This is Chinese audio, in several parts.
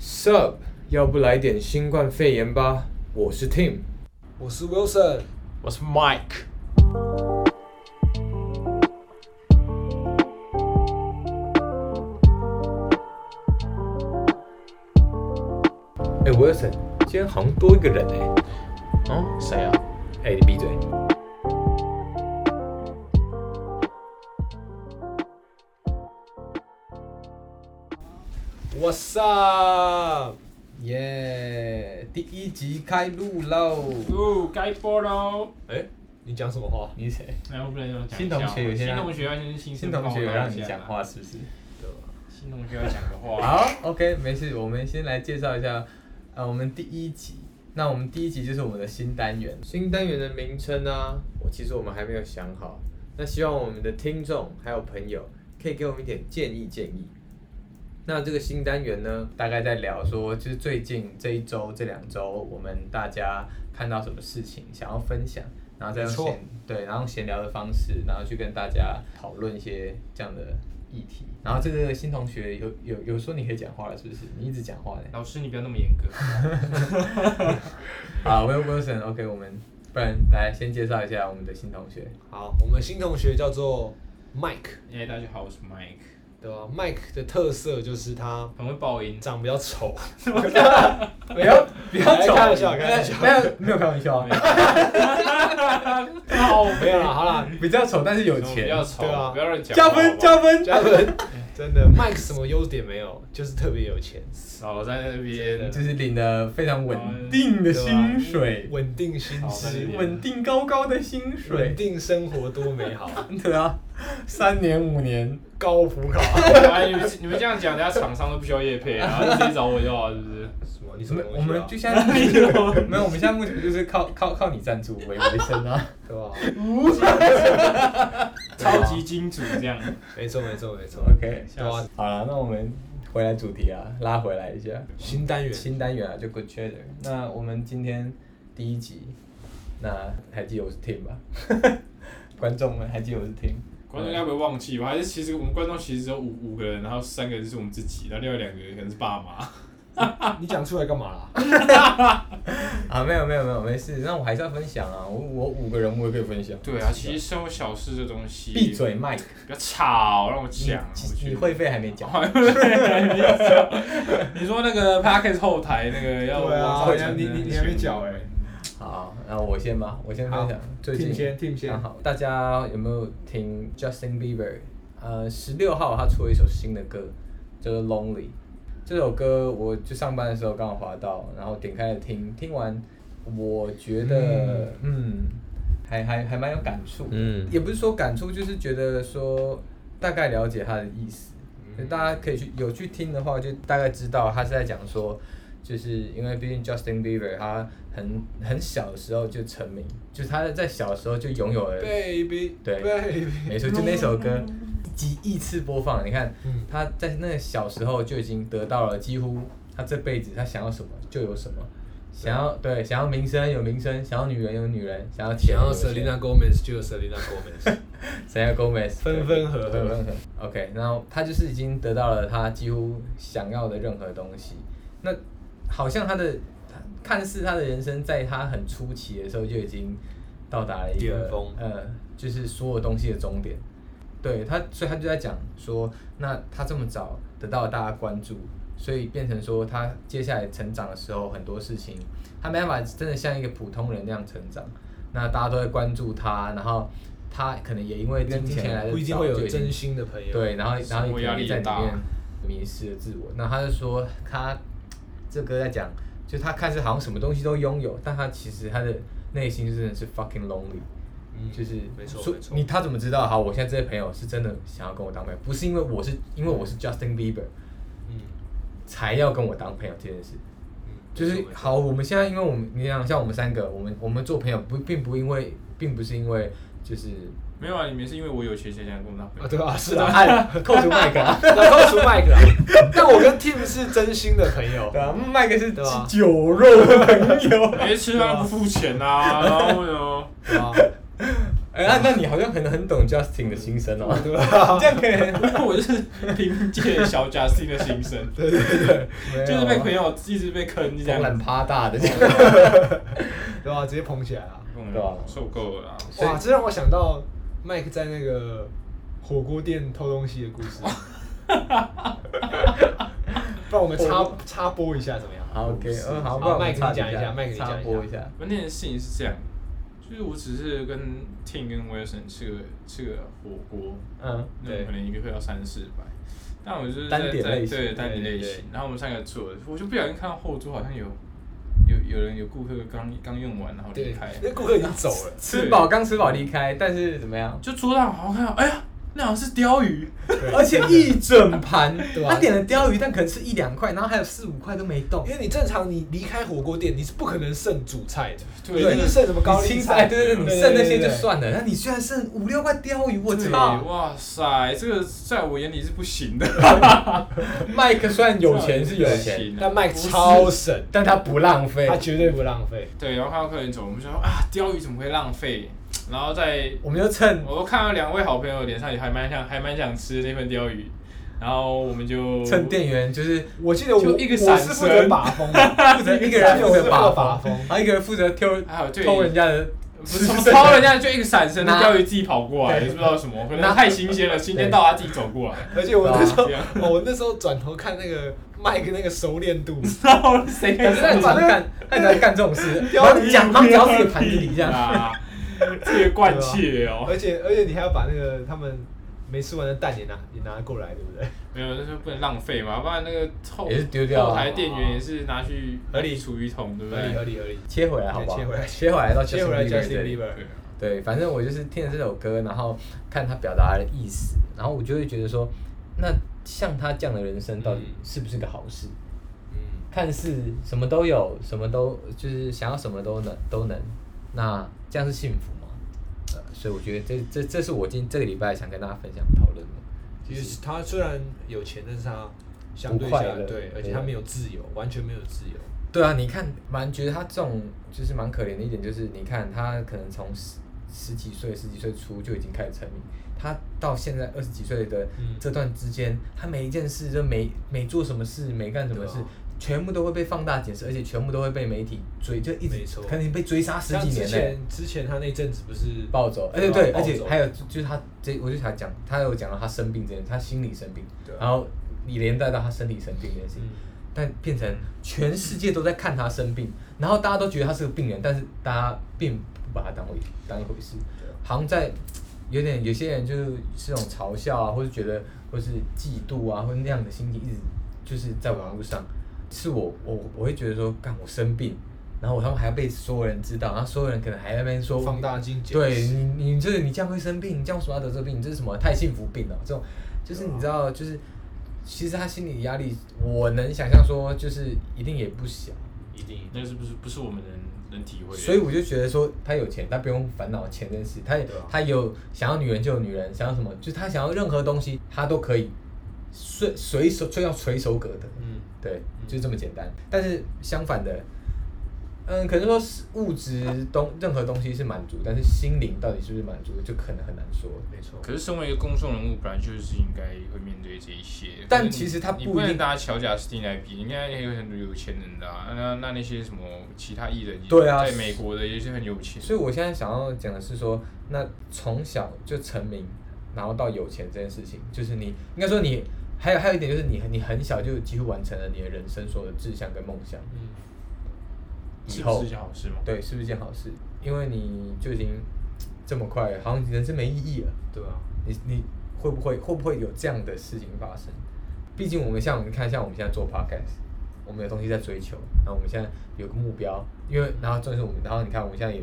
Sub，要不来点新冠肺炎吧？我是 Tim。我是 Wilson，我是 Mike。哎、w i l s o n 今天好像多一个人哎、嗯，谁啊？哎、你闭嘴。 What's up？耶、第一集开录喽！哦，该播喽！哎、你讲什么话？你谁？来，我不能讲新同学有些新让同学要先新新生同学有报告让一你下讲，话是不是？新同学要讲个 话。好，OK，没事，我们先来介绍一下，呃，我们第一集。那我们第一集就是我们的新单元，新单元的名称呢、我其实我们还没有想好。那希望我们的听众还有朋友可以给我们一点建议建议。那这个新单元呢，大概在聊说，就是最近这一周、这两周，我们大家看到什么事情想要分享，然后再用没错闲对，然后用闲聊的方式，然后去跟大家讨论一些这样的议题。然后这个新同学有有有说你可以讲话了，是不是？你一直讲话呢？老师，你不要那么严格。好，Will Wilson，OK，、我们不然来先介绍一下我们的新同学。好，我们新同学叫做 Mike，哎，大家好，我是 Mike，对吧？Mike 的特色就是他很会爆音。长得比较丑，哎不要不要开走，玩笑开玩笑没有没有开玩笑啊，好，没有啦，好啦， 比较丑，但是有不要钱，吵对啊，不要乱讲话。加分好加分。加分。真的，Mike 什么优点没有？就是特别有钱，不好少在那边 就是领了非常稳定的薪水，嗯啊稳定薪好在那资边，稳定高高的薪水稳，定生活多美好， 对啊，三年五年，高普考。哎，你们你们这样讲，人家厂商都不需要业 配，然后就直接找我就好，是不是？什么？你我什么们东西啊？我们就现在没 有，没有，我们现在目前就是靠靠靠你赞助为为生 啊，对吧？ 超级金主这啊样。没错，没错，没错。 OK，对啊，好了，那我们回来主题啊，拉回来一下，新单元新单元啊，就 Good Trader。那我们今天第一集，那还记得我是 Tim 吧？ 观众们还记得我是 Tim？观众应该不会忘记吧？还是其实我们观众其实只有五五个人，然后三个人是我们自己，然后另外两个人可能是爸妈。你讲出来干嘛啦？啊，没有没有没有，没事。那我还是要分享啊，我我五个人我也可以分享。对啊，其实生活小事这东西，闭嘴，Mike！不要吵，让我你讲。啊其我觉你得会费还没讲， 你说那个 p a c k e t 后台那个要对啊我操你你你还没讲欸好，那我先吧，我先分享好最近啊 Tim 先，Tim 先刚好大家有没有听 Justin Bieber？呃，十六号他出了一首新的歌，叫做《Lonely》。这首歌我就上班的时候刚好滑到，然后点开了听，听完我觉得嗯还还还蛮有感触。嗯也不是说感触，就是觉得说大概了解他的意思。就大家可以去有去听的话，就大概知道他是在讲说，就是因为毕竟 Justin Bieber 他很很小的时候就成名，就是他在小的时候就拥有了， Baby，对 Baby，没错，就那首歌几亿次播放。你看嗯他在那个小时候就已经得到了几乎他这辈子他想要什么就有什么，想要对想要名声有名声，想要女人有女人，想要钱然有后钱 Selena Gomez 就有 Selena Gomez， 谁要 Gomez 分分合合分分合合。OK，然后他就是已经得到了他几乎想要的任何东西。那好像他的他看似他的人生在他很初期的时候就已经到达了一个巅峰呃，就是所有东西的终点。对他，所以他就在讲说，那他这么早得到大家关注，所以变成说他接下来成长的时候，很多事情他没办法真的像一个普通人那样成长。那大家都会关注他，然后他可能也因为金钱来的不一定早会有就已经真心的朋友。对，然后然后生活你压可能力也在也里大面迷失了自我。那他就说他这歌在讲，就他看似好像什么东西都拥有，但他其实他的内心真的是 fucking lonely。嗯，就是没错说没错你他怎么知道？好，我现在这些朋友是真的想要跟我当朋友，不是因为我是因为我是 Justin Bieber 嗯，才要跟我当朋友这件事。嗯就是好，，我们现在因为我们你想像我们三个，我们我们做朋友不并不因为并不是因为就是没有啊，你们是因为我有钱才想跟我当朋啊友。对 啊，是啊，按扣除麦克 啊，那扣除 Mike 啦，但我跟 Tim 是真心的朋友对。啊，麦克是对啊酒 肉的朋友。啊别吃饭不付钱啊，然后为什么？对啊哎、哎、那那你好像很很懂 Justin 的心声哦，对吧？啊 这样可以，我就是凭借小贾斯汀的心 声，就是啊被朋友一直被坑这样两。啊懒趴大的这样。对吧、直接捧起来啊！对啊嗯受够了啦！哇，这让我想到麦克在那个火锅店偷东西的故 事。不然我们插插播一下怎么样？好 OK，嗯，好，哦好不然我麦们克插你讲一下麦克你插讲一播下一下。我那件事情是这样，就是我只是跟 Tim 跟 Wilson 吃个吃个火锅，嗯，那可能一个客要三四百，但我就是在单点在类型对单点对类对型，然后我们三个坐，我就不小心看到后桌好像有有有人有顾客刚刚用完然后离对开，，那顾客已经走了。吃饱刚吃饱离开，但是怎么样？就桌上好像看到，哎呀，那好像是鲷鱼， 而且一整盘，对啊他点了鲷鱼，但可能吃一两块，然后还有四五块都没动因。为你正常你离开火锅店，你是不可能剩主菜的，对一定是剩什么高你丽青菜，菜，对对对，对你剩那些就。算了，那你居然剩五六块鲷鱼，我对操！哇塞，这个在我眼里是不行的，麦克虽然有钱是有不钱，行啊但麦超省，但他不浪费他。绝对不浪费。对，然后看到客人走，我们就说啊，鲷鱼怎么会浪费？然后再我们就趁我都看到两位好朋友脸上也还蛮想，还蛮想吃那份鲷鱼，然后我们就趁店员 就是我记得我就一个我闪是身负责把风的， 负责一个人负责把把风，啊然后一个人负责偷还有对偷人家的， 不是什么 超人家就一个闪身，那拿钓鱼自己跑过来，也不知道什么，可能太新鲜了，新鲜到他自己走过 来，而且我那时候这样，哦我那时候转头看那个麦克那个熟练度，然后谁但是他很常干，他很常干这种事， 然后讲他们只要自己盘子里这样， 啊，这个惯窃哦，而且而且你还要把那个他们没吃完的蛋也拿也拿过来，对不对？没有，那就不能浪费嘛，不然那个后也是丢掉啊后台店员也是拿去合理厨余桶，对不合理对合？理合理。切回来好不好？对切回来切回来到接回来 Justin Bieber 这 Justin 里 Bieber，对啊对，反正我就是听了这首歌，然后看他表达的意思，然后我就会觉得说，那像他这样的人生到底嗯是不是个好事？嗯，看似什么都有，什么都就是想要什么都能都能，那这样是幸福吗？呃，所以我觉得这这这是我今这个礼拜想跟大家分享讨论的，其实他虽然有钱，但是他相对下不快乐对，而且对他没有自由，完全没有自由。对啊，你看，蛮觉得他这种就是蛮可怜的一点，就是你看他可能从十十几岁、十几岁初就已经开始成名，他到现在二十几岁的嗯这段之间，他每一件事就每每做什么事、每干什么事，对啊全部都会被放大解释，而且全部都会被媒体追，就一直没错可能被追杀十像几之年嘞、前之前他那阵子不是暴走，而对且吧对，暴而且走还有就就是他这，我就想讲，他有讲到他生病这件事，他心理生病对啊，然后你连带到他生理生病这件事情，嗯但变成全世界都在看他生病，然后大家都觉得他是个病人，但是大家并不把他当回当一回事，好像在有点有些人就是是种嘲笑啊，或是觉得或是嫉妒啊，或是那样的心情一直就是在网络上，是我我我会觉得说，干我生病。然后我他们还要被所有人知道，然后所有人可能还在那边说放大镜解释对你，你这你这样会生病，你这样为什么要得这个病？你这是什么太幸福病了？啊这种就是你知啊道，就是其实他心理压力，我能想象说，就是一定也不小。一定那是不是不是我们能能体会的？所以我就觉得说，他有钱，他不用烦恼钱这件事，他也对啊他有想要女人就有女人，想要什么就是他想要任何东西，他都可以随随手就要垂手可得。嗯对，就这么简单。但是相反的，嗯，可能说是物质东任何东西是满足，但是心灵到底是不是满足，就可能很难说。没错。可是身为一个公众人物，本来就是应该会面对这一些。但可是你其实他你不不一能定拿乔贾斯汀来比，应该也有很多有钱人的、啊。那那那些什么其他艺人，对啊在美国的也是很有钱。所以我现在想要讲的是说，那从小就成名，然后到有钱这件事情，就是你应该说你还有还有一点就是你你很小就几乎完成了你的人生所有的志向跟梦想，嗯，是以不后是一件好事吗？对，是不是一件好事？因为你就已经这么快，好像你人生没意义了。对啊，你你会不会会不会有这样的事情发生？毕竟我们像你看，像我们现在做 podcast，我们有东西在追求，然后我们现在有个目标，因为然后重点是我们，然后你看我们现在也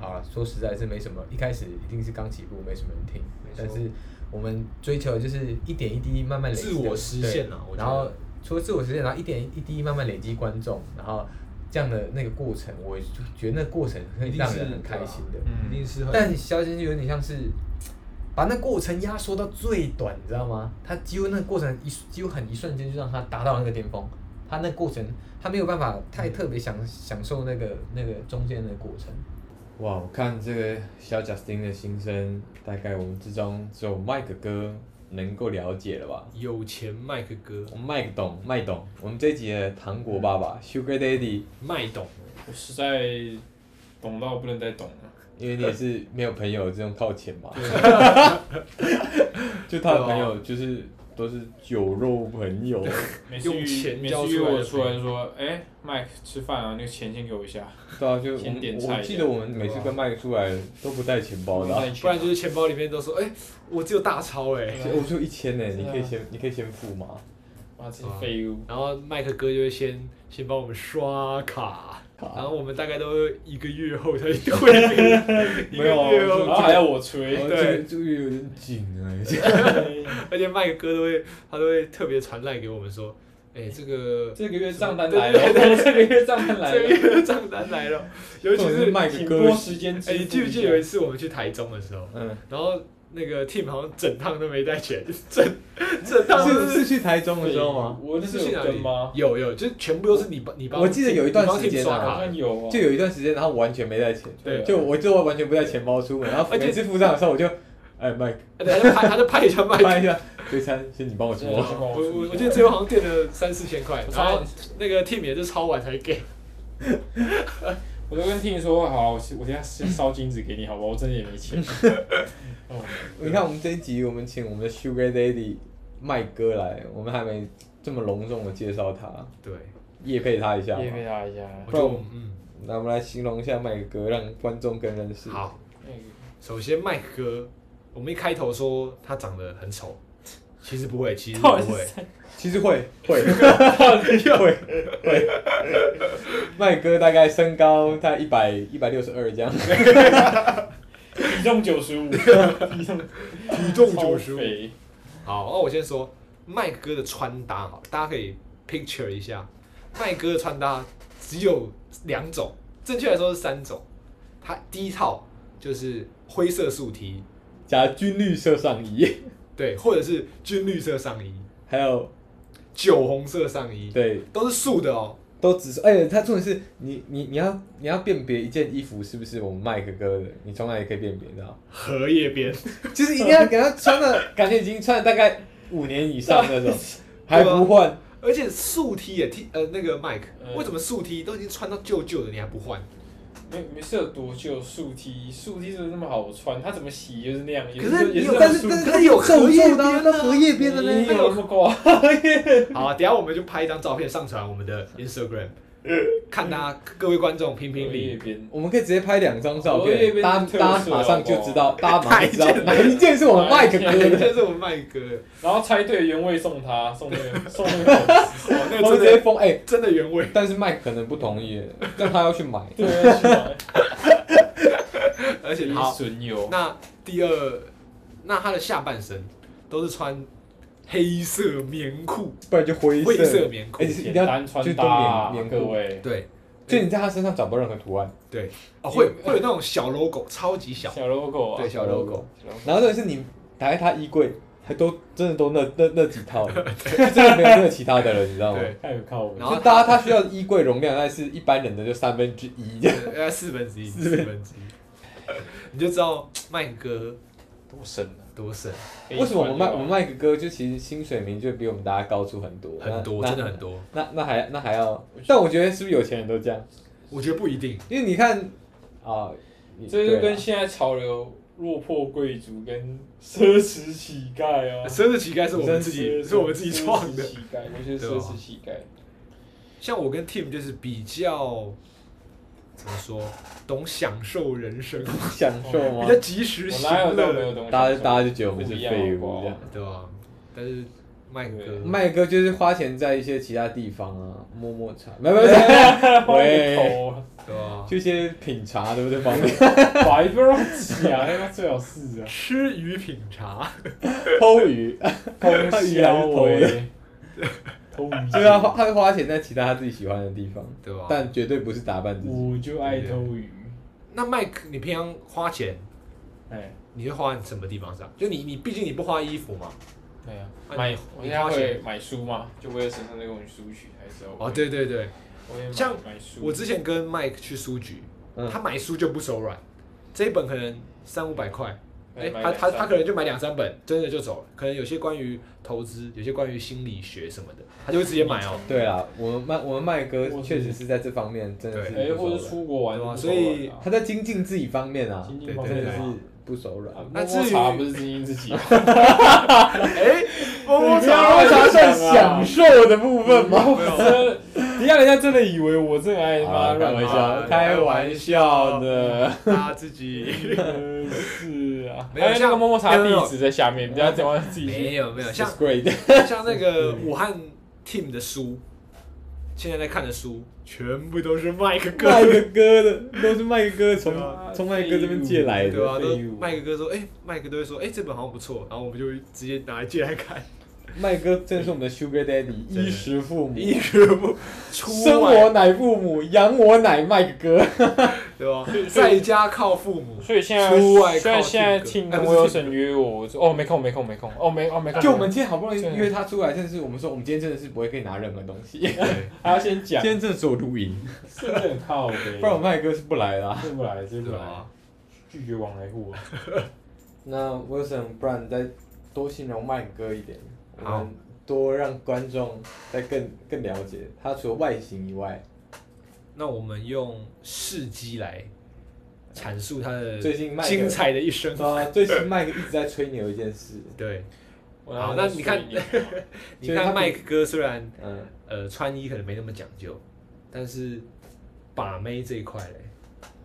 好了，说实在是没什么，一开始一定是刚起步，没什么人听没，错但是我们追求的就是一点一滴慢慢累积自我实现对啊我觉得然后除了自我实现，然后一点一滴慢慢累积观众，然后这样的那个过程，我就觉得那个过程会一定让是人很开心的对。啊一定是很但肖先生有点像是把那过程压缩到最短，你知道吗？他几乎那个过程一几乎很一瞬间就让他达到那个巅峰。他那过程他没有办法太特别享、享受那个那个中间的过程。哇，我看这个小贾斯汀的心声，大概我们之中只有麦克哥能够了解了吧？有钱麦克哥，我们麦克懂，麦懂。我们这一集的糖果爸嗯爸 Sugar Daddy，麦董，我实在懂到不能再懂了。因为你也是没有朋友，这种靠钱嘛。 就他的朋友啊就是都是酒肉朋友，每次用约钱每交次出约来的我出来说，哎、麦克吃饭啊，那个钱先给我一下。对啊，就我先点们菜我记得我们每次跟麦克出来都不带钱包的、啊带，不然就是钱包里面都说，哎、我只有大钞哎、对啊我就一千呢，你可是以啊先你可以先付嘛。哇，这些哦废物。啊然后麦克哥就会先先帮我们刷啊卡，然后我们大概都一个月后才会 一个没有啊月我然后后，还要我然后吹，这对个这个有点紧啊，而且麦克哥都会他都会特别传来给我们说，哎、这个这个月账单来了，这个月账单来 这了，个月账单来了， 尤其重点是是麦克请哥拨，时间哎、支你付记不一记得有一下。次我们去台中的时候，嗯，然后那个 Tim 好像整趟都没带钱，整整趟都是是去台中的时候吗？我那是是去哪有里跟吗？有有，就是全部都是你帮你帮。我记得有一段你帮时间啊 Tim 刷好卡像有啊。就有一段时间，然后完全没带钱，对啊就我就完全不带钱包出门，然后而且每次付账的时候我就，哎麦克，对，他就拍他就拍一下麦克。拍一下，这餐先你帮我出对哦。帮我我出我一下我记得最后好像垫了三四千块，我然超后那个 Tim 也是超晚才给。我都跟 Tim 说，好啊，我先我等一下先烧金子给你，好吧？我真的也没 钱。哦，你看我们这一集，我们请我们的 Sugar Daddy 麦哥来，我们还没这么隆重的介绍他，对，夜配他一下嘛。夜配他一下。我不然我就们嗯那我们来形容一下麦哥，让观众更认识。，好。 那个首先麦克哥，我们一开头说他长得很丑，其实不会，其实不到底是会。其实会 会会会，麦哥大概身高在一百一百六十二这样，体重九十五，体重体体重95五，好，那我先说麦克哥的穿搭好，大家可以 picture 一下，麦哥的穿搭只有两种，正确来说是三种。他第一套就是灰色素 T，加军绿色上衣，对，或者是军绿色上衣、还有酒红色上衣，，对，都是素的哦。都只是哎、他重点是你你你要你要辨别一件衣服是不是我们麦哥哥的，你从哪里可以辨别到？荷叶边，就是一定要给他穿的，感觉已经穿了大概五年以上那种，还不换，而且素 T 也 T 呃那个 Mike，、嗯为什么素 T 都已经穿到旧旧的，你还不换？没没事有多旧，竖梯，竖梯怎么那么好穿？它怎么洗也是那样，也可是也你是有那但么是竖但可是是有荷叶边皱皱的啊啊那荷叶边的你呢？有 那么高啊？好、啊，等一下我们就拍一张照片上传我们 的 Instagram，看大家各位观众评评理那。边我们可以直接拍两张照荷叶片，边大家是特色大家马上就知道，大家马上就知道哪一件是我们麦克 哥对，的，这是我们麦哥，然后猜对原味送他，送那个送那个，哦，那个我们直真接的封哎、真的原味，但是麦克可能不同意，但他要去买。对啊，去买而且一好，损友，那第二，那他的下半身都是穿黑色棉裤，不然就灰灰色色，棉裤而且，哎是一定简要单穿就搭都啊，棉棉各裤，位，对就你在他身上找不到任何图案。对，哦，会会有那种小 logo，超级小，小 logo 啊对，，小 logo，然后重点是你打开他衣柜，还都真的都那那那几 套，就真的没有那其他的了，你知道吗？对，太有靠我然后就大家他需要的衣柜容量，但是一般人的就三分之 一这样。呃，四分之一，四分之一， 你就知道麦哥多深啊！多省，为什么我们麦啊我们麦克哥就其实薪水明就比我们大家高出很多，很多，那真的很。多，那那那还那还要，但我觉得是不是有钱人都这样？我觉得不一定，因为你看啊，你这就对跟啊现在潮流落魄贵族跟奢侈乞丐啊，奢侈乞丐是我们自己，奢侈是我们自己创的奢侈。乞丐，我觉得奢侈乞啊丐。像我跟 Tim 就是比较怎么说，懂享受人生，享受比吗较？及时我行哪有都没有乐，东西？ 大家大家 就觉得我们是不一样废好不物好这样。对吧？但是麦哥对，麦克哥就是花钱在一些其他地方啊，摸摸茶，没有没有没 有，喂，头啊对啊吧？就一些品茶对不对？方面白不让起啊，那个最好是 啊，吃鱼品茶，偷鱼，通宵喂， 偷鱼就是他啊花他会花钱在其他他自己喜欢的地方，对吧？但绝对不是打扮自己。我就爱偷鱼，那麦克，你平常花钱，哎，你会花在什么地方上？就你你毕竟你不花衣服嘛，对啊，哎买你我你现花在会钱买书嘛，就为了省上那本书去，还是要哦，，对对对，我也买像买书，我之前跟 Mike 去书局，嗯他买书就不手软，这一本可能三五百块，哎、买他两他三他可能就买两三本，真的就走了。可能有些关于投资，有些关于心理学什么的，他就会直接买哦、对啦，我们麦我们麦哥或是确实是在这方面真的是哎，不或者是手出软，国玩对啊就不所以手软啊他在精进自己方面啊，精进对方真面的啊是不手软。啊那摸至摸茶于不是精英自 己啊，哎、摸摸你 茶，要让他算享受的部分吗？这你看人家真的以为我这个爱他妈啊开乱玩来笑，开玩笑的。大家自己。真是啊，没有哎那像个摸摸茶没有地址在下面，人家怎么自己 没去有没有，像 It's great，像那个武汉 team 的书，现在在看的书，全部都是麦克哥麦哥哥的都是麦哥哥从对啊从麦哥这边借来的，对啊，都废物麦克哥说，哎、麦克都会说，哎、这本好像不错，然后我们就会直接拿来借来看，麦哥真的是我们的 Sugar Daddy，真的衣食父母，一个不出生外我乃父母，养我乃麦哥 哥。对吧？在家靠父母，所以现在出外靠虽然现在听听歌哎我有不是听神约我，我说哦没空没空没空，哦没哦没空，就我们今天好不容易对约他出来，但是我们说我们今天真的是不会跟你拿任何东西， 今对，还要先讲，天真的只有录音，是不是很靠北？不然我麦哥是不来的啊、进不来，进不对来吧，？啊拒绝往来户啊。那 Wilson，不然你再多形容麦哥一点，我好们多让观众再更更了解他除了外形以外，那我们用事迹来阐述他的最近麦克精彩的一生。啊，最近麦哥一直在吹牛一件事，对，我拿好着那你看水鸟你所以他看不麦克哥虽然 嗯，呃穿衣可能没那么讲究，但是把妹这一块嘞，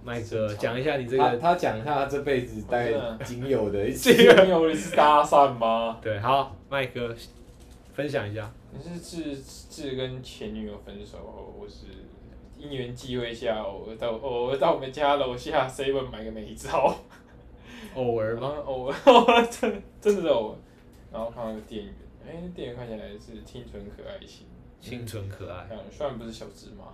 麦哥讲一下你这他个他讲他这辈子大 概真的仅有的一次，这个牛你是搭讪吗？对，好，麦哥分享一下。你是自自跟前女友分手后，我是因缘际会下，偶尔到偶尔到我们家楼下 seven 买个美照，偶尔然后偶尔 偶尔真真的是偶尔，然后看到个店员，哎、店员看起来是清纯可爱型，清纯可爱，嗯虽然不是小芝麻，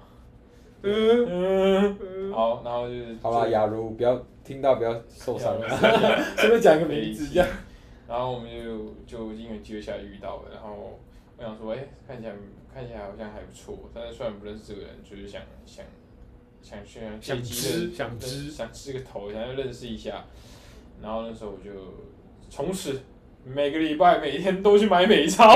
嗯，好，然后就是好啦，就雅茹不要听到不要受 伤雅啊茹，随便讲一个名字这 样， 然后我们就就因为机会下遇到了，然后我想说，哎、看起来看起来好像还不错，但是虽然不认识这个人，就是想想想去想借机知认想认知想知个头，想要认识一下。然后那时候我就从此每个礼拜每天都去买美钞，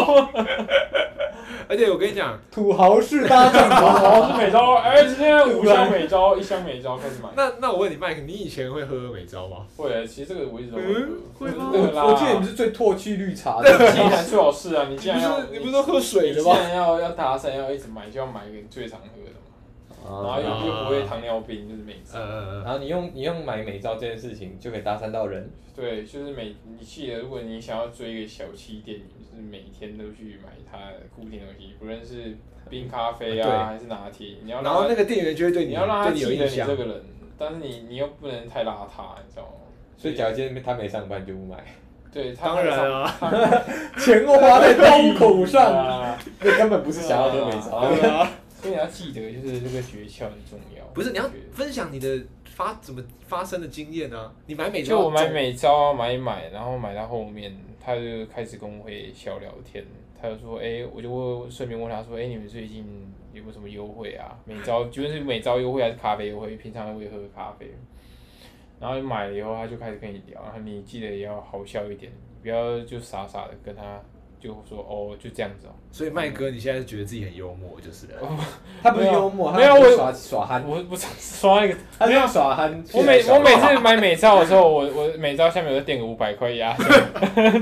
而且我跟你讲，土豪式搭帐然篷，后是美钞，哎、今天五箱美钞，一箱美钞开始买。那那我问你，麦克，你以前会喝美招吗？会了，其实这个我一直都嗯会会喝吗， 对我我记得你啦。是最唾弃绿茶你 的，既然最好是啊，你既你不然要是你不是都喝水的你吗既？然要要搭讪，要一直买，就要买一个最常喝的嘛。然后啊又又不会糖尿病，就是美呃招。呃然后你用你用买美照这件事情就可以搭讪到人，对，就是每你记得，如果你想要追一个小气店员，就是每天都去买它的固定东西，不论是冰咖啡对啊还是拿铁，你要呃，让然后他那个店员就会对你你要让他对你有记得印你象这，个人，但是你你又不能太邋遢，你知道吗？所以假如今天他没上班就不买，对，他当然啊， 钱花在刀口对上，啊 那根本不是想要喝美照。 对啊，所以你要记得，就是这个诀窍很重要。不是你要我觉得分享你的发怎么发生的经验啊？你买美招，就我买美招啊，买一买，然后买到后面，他就开始跟我会小聊天，他就说，哎、我就问顺便问他说，哎、你们最近有没有什么优惠啊？美招，究竟是美招优惠还是咖啡优惠？平常我也喝咖啡，然后买了以后，他就开始跟你聊，然后你记得也要好笑一点，不要就傻傻的跟他就说，哦，就这样子哦、所以麦哥，你现在觉得自己很幽默，就是了。他不是幽默，他没有是我耍耍憨，我我刷一个，他是要耍憨。我每我每次买美招的时候，我我美招下面我就垫个五百块压 箱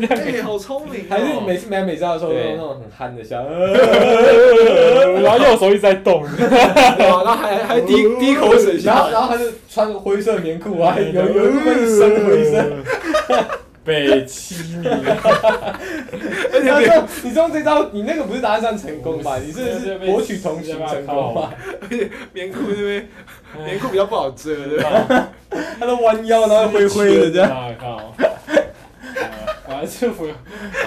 哎，好聪明哦！还是你每次买美照的时候都对用那种很憨的笑， 然后右手一直在动。对啊然后还还滴滴口水然下后来，然后他就穿灰色棉裤啊，有有一部分是嗯深灰色。 被欺 你，而且他没有说：“你用这招，你那个不是搭讪成功吧？你是不是博取同情成功吧？而且棉裤那边棉裤比较不好遮，对不对？他都弯腰，然后灰灰的这样。样。靠！呃反正是我，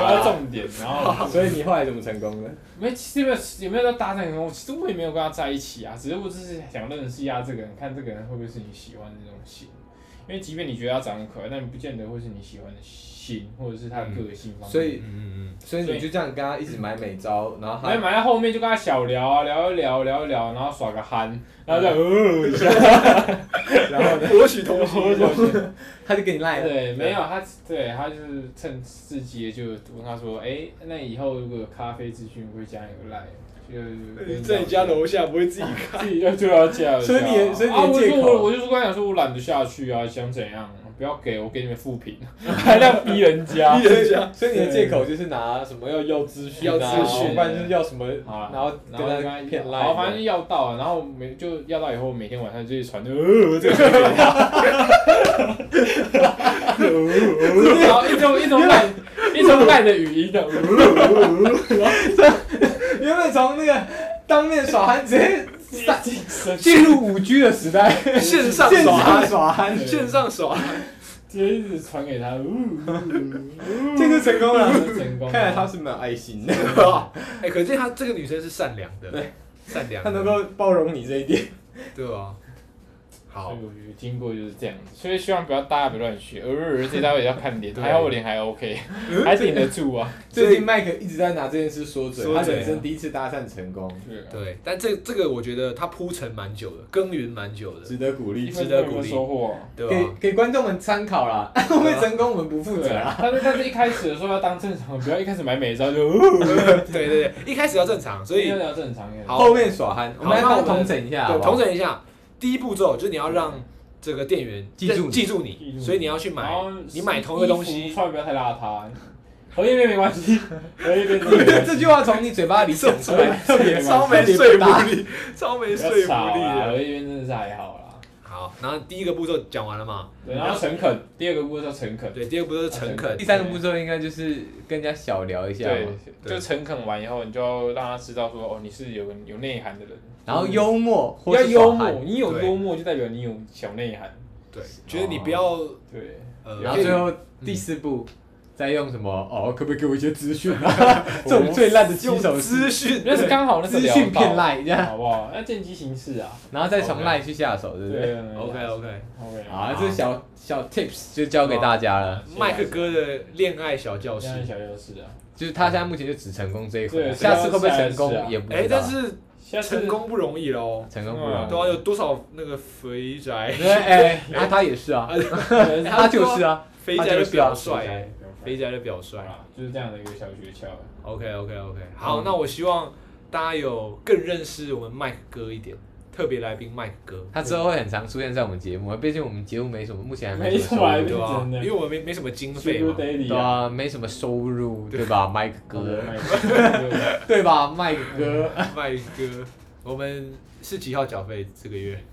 我要重点，然后 所以你后来怎么成功的？没其实有没有有没有在搭讪我，其实我也没有跟他在一起啊，只是我只是想认识一下这个人，看这个人会不会是你喜欢的那种型。因为即便你觉得他长得可爱，但你不见得会是你喜欢的型，或者是他的个性方面。所以嗯嗯所以你就这样跟他一直买美招，然 后买他买到后面就跟他小聊啊，聊一聊，聊一聊，然后耍个憨，然后再呃一下，然后嗯，博取同情。 他就给你赖了。对，没有他，对他就是趁刺激就问他说，哎、那以后如果有咖啡资讯会加你个哎 line，就你在你家楼下不会自己看？自己就啊就要加了， 所以你所以你啊，我借就口说我我就是跟他讲说我懒得下去啊，想怎样，不要给我给你们复评， 还在逼人家 逼，人家所以你的借口就是拿什么要要资讯啊，要资讯不然就是要什么，好啊然后然跟后跟他他骗好，赖。反正要到了，然后每就要到以后，每天晚上就一传就 呃这个谁给他，然后一种一种烂一种烂的语音的，呃 原本从那个当面耍憨直接撒直 进入五 G 的时 代， 线上线耍上憨，耍 憨，线上耍憨，接一直传给他，呃这就成功啊嗯了。成功，看来他是蛮有爱心的，哎，可见她这个女生是善良的，对，善良他的，能够包容你这一点。对啊。所好以，我觉得经过就是这样子，所以希望不要大家不要乱学，呃，这待会要看脸，对还好我脸还 OK，还呃顶得住啊，最近麦克一直在拿这件事说嘴，说他嘴人啊生第一次搭讪成功，对啊，对，但这这个我觉得她铺陈蛮久的，耕耘蛮久的，值得鼓一励。分值都得没鼓有励收获啊。对给吧？给观众们参考啦，会不会成功我们不负责对啦。啊，但是但是一开始的时候要当正常，不要一开始买美招就，呃 对对对，一开始要正常，所以一定要正常一点。好后面耍憨，我们来那帮我们同整一下好对不好，同整一下，第一步骤就是你要让这个店员记住认嗯记住你记住你，你所以你要去买然后，你买同一个东衣服西，穿得不要太邋遢。荷叶边没关 系，荷叶边 这句话从你嘴巴里讲出来，特别超特别 搭力，超没不要吵啊啦，荷叶边真的是还好啦。好，然后第一个步骤讲完了嘛？对，然后诚恳，第二个步骤叫诚恳，对，第二个步骤是诚恳第，三个步骤应该就是跟人家小聊一下对嘛，，对就诚恳完以后，你就要让他知道说，哦，你是有个有内涵的人，嗯然后幽默或要是幽耍默，憨，你有对幽默就代表你有小内涵，对，觉得你不要 对，呃，然后最后第四步再用什么哦，可不可以给我一些资讯啊？ 这种最烂的起用手资式，讯，那是刚好那是资讯骗赖这样，好不好？那见机行事啊，然后再从赖去下手，对不对？ OK OK， OK，好啊，这小小 tips 就交给大家了，麦克哥的恋爱小教这室样，的小优势啊，就是他现在目前就只成功这一回，对下次会不会成下次啊功也不哎知，但道，是下次成功不容易喽，成功不了嗯对。啊，有多少那个肥宅，对，哎，啊他也 是啊，对他就是啊，肥宅的表率，帅，肥宅的表率。啊，就是这样的一个小诀窍。啊 OK OK OK，好，嗯那我希望大家有更认识我们麦克哥一点，特别来宾麦克哥，他之后会很常出现在我们节目，毕竟我们节目没什么，目前还没什什么么收来入宾对，吧、真的因为我们没没什么经费 Sugar 嘛， Daddy 对，啊，没什么收入，对吧，麦克哥，哥，对吧，麦克哥，麦哥，我们是几号缴费这个月？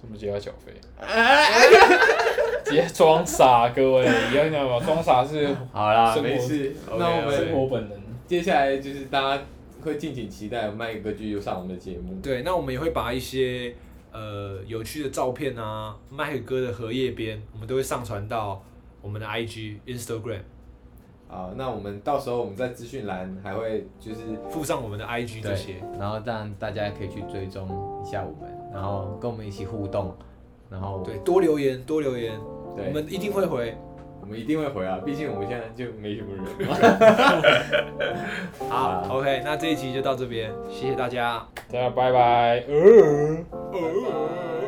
什么节要小费？直 接装傻，各位，你要讲吗？装傻是好啦，生活没事， OK，那 我生们活本能。接下来就是大家会敬请期待麦克哥继续上我们的节目，对，那我们也会把一些呃有趣的照片啊，麦克哥的荷叶边，我们都会上传到我们的 IG、Instagram，好，那我们到时候我们在资讯栏还会就是附上我们的 IG 这些对。，然后让大家可以去追踪一下我们，然后跟我们一起互动，然后对，多留言，多留言，对我们一定会回。我们一定会回啊，毕竟我们现在就没什么人嘛。 好好啊，OK，那这一集就到这边，谢谢大家。啊大家拜拜。呃哦